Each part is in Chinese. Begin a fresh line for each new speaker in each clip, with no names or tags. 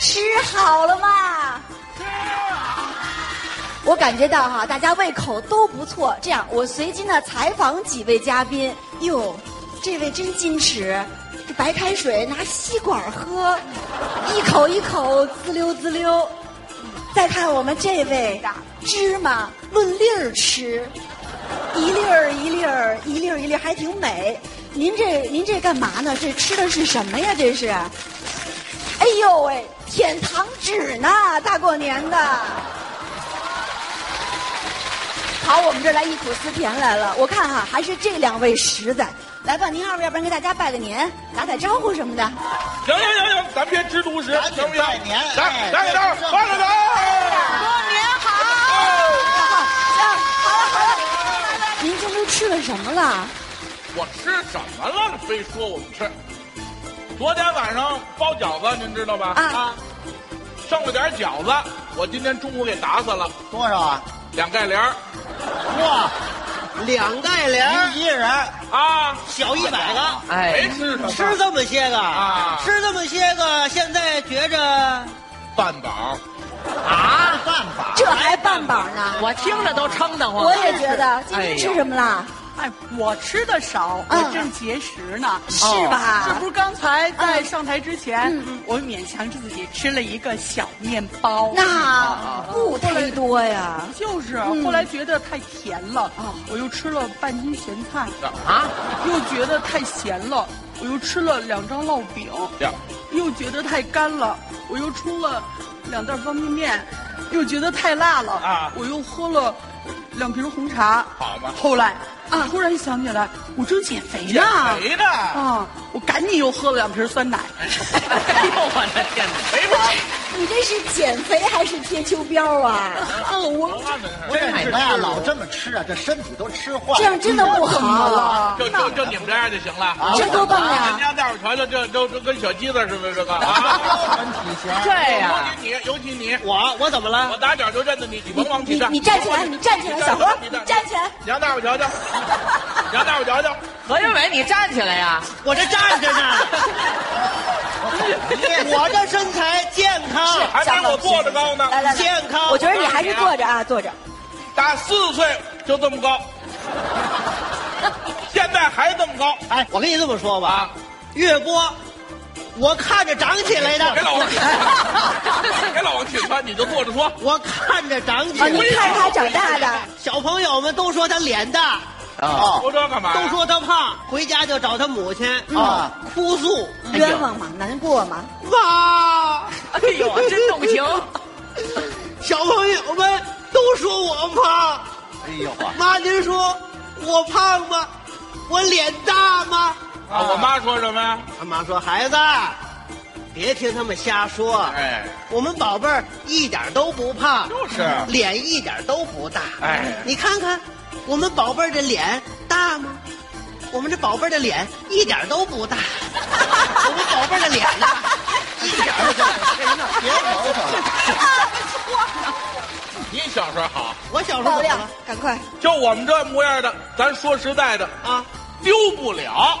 吃好了吗？我感觉到哈，大家胃口都不错。这样，我随机呢采访几位嘉宾。哟，这位真矜持，这白开水拿吸管喝，一口一口滋溜滋溜。再看我们这位，芝麻论粒儿吃，一粒儿一粒儿一粒儿一粒儿，还挺美。您这您这干嘛呢？这吃的是什么呀？这是？哎呦喂，舔糖纸呢，大过年的。好，我们这儿来忆苦思甜来了。我看哈，还是这两位实在。来吧，您二位，要不然给大家拜个年，打打招呼什么的。
行行行行，咱别吃独食，
赶紧
行不行？
拜年
来
哎
来
对
来，
正
放着走。
过年好！
好，好了好了，您今儿都吃了什么了？
我吃什么了？非说我们吃。昨天晚上包饺子，您知道吧？
啊
剩了点饺子，我今天中午给打死了，
多少啊？
两盖帘儿
哇，
两盖帘儿，
您一个人
啊，
小一百个，
没
哎，
吃什么，
吃这么些个
啊
吃这么些个，现在觉着
半饱。
啊，
办法。
这还半饱呢？
我听着都撑得慌
我也觉得，今
哎
天
呀
吃什么了？
哎，我吃的少，
嗯
我正节食呢。
是
这
吧嗯
不？是刚才在上台之前，我勉强自己吃了一个小面包。
那不忒多呀。
就是，
嗯
后来觉得太甜了，
哦
我又吃了半斤咸菜，
啊，
又觉得太咸了，我又吃了两张烙饼，
呀，
又觉得太干了，我又出了两袋方便面，又觉得太辣了，
啊
我又喝了两瓶红茶。
好嘛
后来啊，突然想起来，我正减肥呢。
谁呢？
啊！我赶紧又喝了两瓶酸奶，
哎呦我的天哪！
谁吧？
你这是减肥还是贴秋膘啊？
啊，我
哦
不是你们呀，老这么吃啊，这身体都吃坏了。
这样真的不
怎么
好，啊
了？
就就就你们这样就行了。
这啊多棒
人
呀！
家大伙瞧瞧，这这这跟小鸡子似的，这个啊。
身体型
这
尤
呀，
其你，尤其你，
我我怎么了？
我打小就认得你，你甭往
你
起站。
你站起来，你站起来，小何，
你
你
站
站起来。
你让大伙瞧瞧，你让大伙瞧瞧，
何云伟，你站起来呀！
我这站着呢。
我的身材健康，
还没我坐着高呢。
来来来，
健康
我觉得你还是坐着啊，坐着。
打四岁就这么高，现在还这么高。
哎，
我跟你这么说
啊
吧，月波，我看着长起来
别老
的，
往起窜，别老往起窜，你就坐着说。
我看着长起
啊，
来
你
的。
看他长大的，
小朋友们都说他脸大，
哦
说这干嘛呀？
都说他胖，回家就找他母亲
嗯
啊，
哭诉。
冤枉嘛，难过嘛。
妈，
哎呦，真动情！
小朋友们都说我胖，
哎呦啊，
妈您说我胖吗？我脸大吗？
啊，我妈说什么呀？
他妈说孩子，别听他们瞎说，
哎，
我们宝贝儿一点都不胖，
就是
脸一点都不大。
哎
你看看我们宝贝儿的脸大吗？我们这宝贝儿的脸一点都 不大，我们宝贝儿的脸呢？
一点儿
哎
都别瞅瞅，
你小时候好，
我小时候
爆
怎
料
么了，
赶快！
就我们这模样的，咱说实在的，
啊？
丢不了。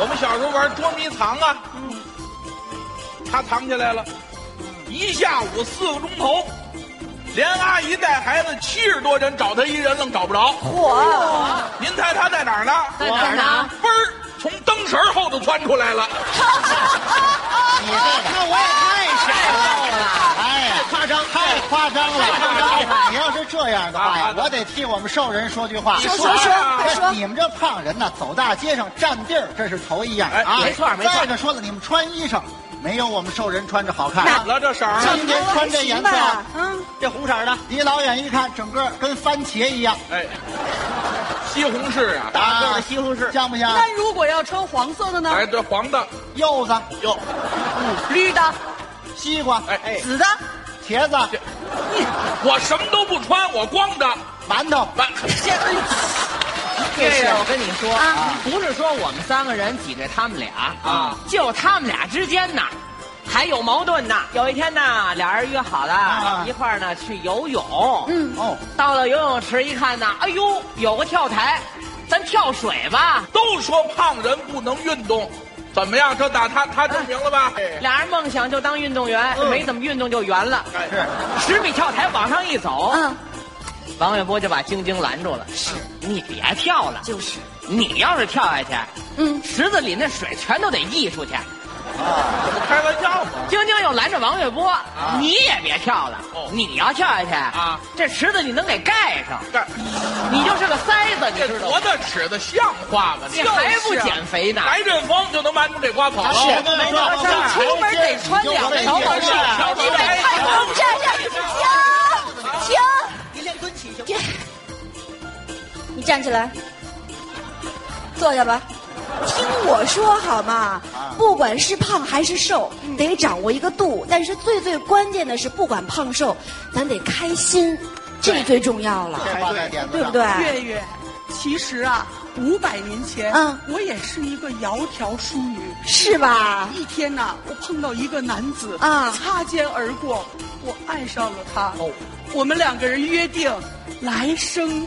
我们小时候玩捉迷藏啊，他藏起来了，一下午四个钟头，连阿姨带孩子七十多人找他一人愣找不 着。
嚯，
您猜他在哪儿呢？
在哪儿呢？
嘣儿从灯绳后头窜出来了。
你这个
那我也太
太
傻
高
了吧！
哎呀，夸张，太夸张了，
太夸张了
你要是这样的话
啊
呀
啊，
我得替我们兽人说句话。
你
说说说，快
哎
说！
你们这胖人呐，走大街上占地儿，这是头一样
哎
啊！
没错没错
再者说了，你们穿衣裳没有我们兽人穿着好看。
了啊这色儿，
今天穿这颜色，
哎吧，
这红色儿的，
离老远一看，整个跟番茄一样，
哎，西红柿啊，
大个
啊
儿西红柿，
像不像？
那如果要穿黄色的呢？
哎，这黄的
柚子、
哟，
绿的、
西瓜、
哎哎，
紫的，
茄子、
我什么都不穿，我光着，
馒头，
完，
这个我跟你说
啊，
不是说我们三个人挤兑他们俩
啊，
就他们俩之间呢，还有矛盾呢。有一天呢，俩人约好
啊
了，一块儿呢去游泳。
嗯，
哦，
到了游泳池一看呢，哎呦，有个跳台，咱跳水吧。
都说胖人不能运动，怎么样？这打他他证明了吧？
俩人梦想就当运动员，
嗯
没怎么运动就圆了。
哎
是
十米跳台往上一走，
嗯，
王月波就把晶晶拦住了。是，你别跳了，
就是，
你要是跳下去，
嗯，
池子里那水全都得溢出去。
这不开玩笑吗？
晶晶又拦着王月波，你也别跳了，
哦
你要跳下去
啊，
这池子你能给盖上，
干
你就是个塞子，你
这
知道
多
吗？
大尺子像话吗？
你还不减肥呢？
来啊阵风就能把你们给刮跑了。
我跟你说，
事儿出门得穿两条毛
线
线。
你得太空站站，停停，
你先蹲起行吗？
这，你站起来，坐下吧。听我说好吗？不管是胖还是瘦，得掌握一个度。但是最最关键的是，不管胖瘦，咱得开心，这最重要了，
这话在点子
哎对不
上，
对？啊
月月，其实啊，五百年前，
嗯
我也是一个窈窕淑女。
是吧？
一天呐、我碰到一个男子
啊
擦肩而过，我爱上了他。
哦
我们两个人约定，来生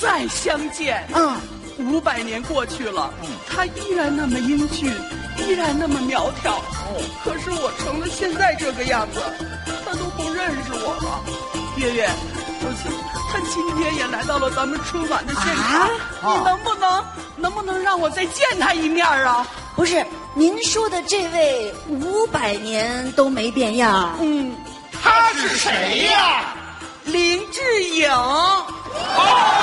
再相见。
嗯，
五百年过去了，他依然那么英俊，依然那么苗条。可是我成了现在这个样子，他都不认识我了。月月，我今他今天也来到了咱们春晚的现场，
啊
你能不能能不能让我再见他一面啊？
不是，您说的这位五百年都没变样，
嗯，
他是谁呀？
林志颖。
哦。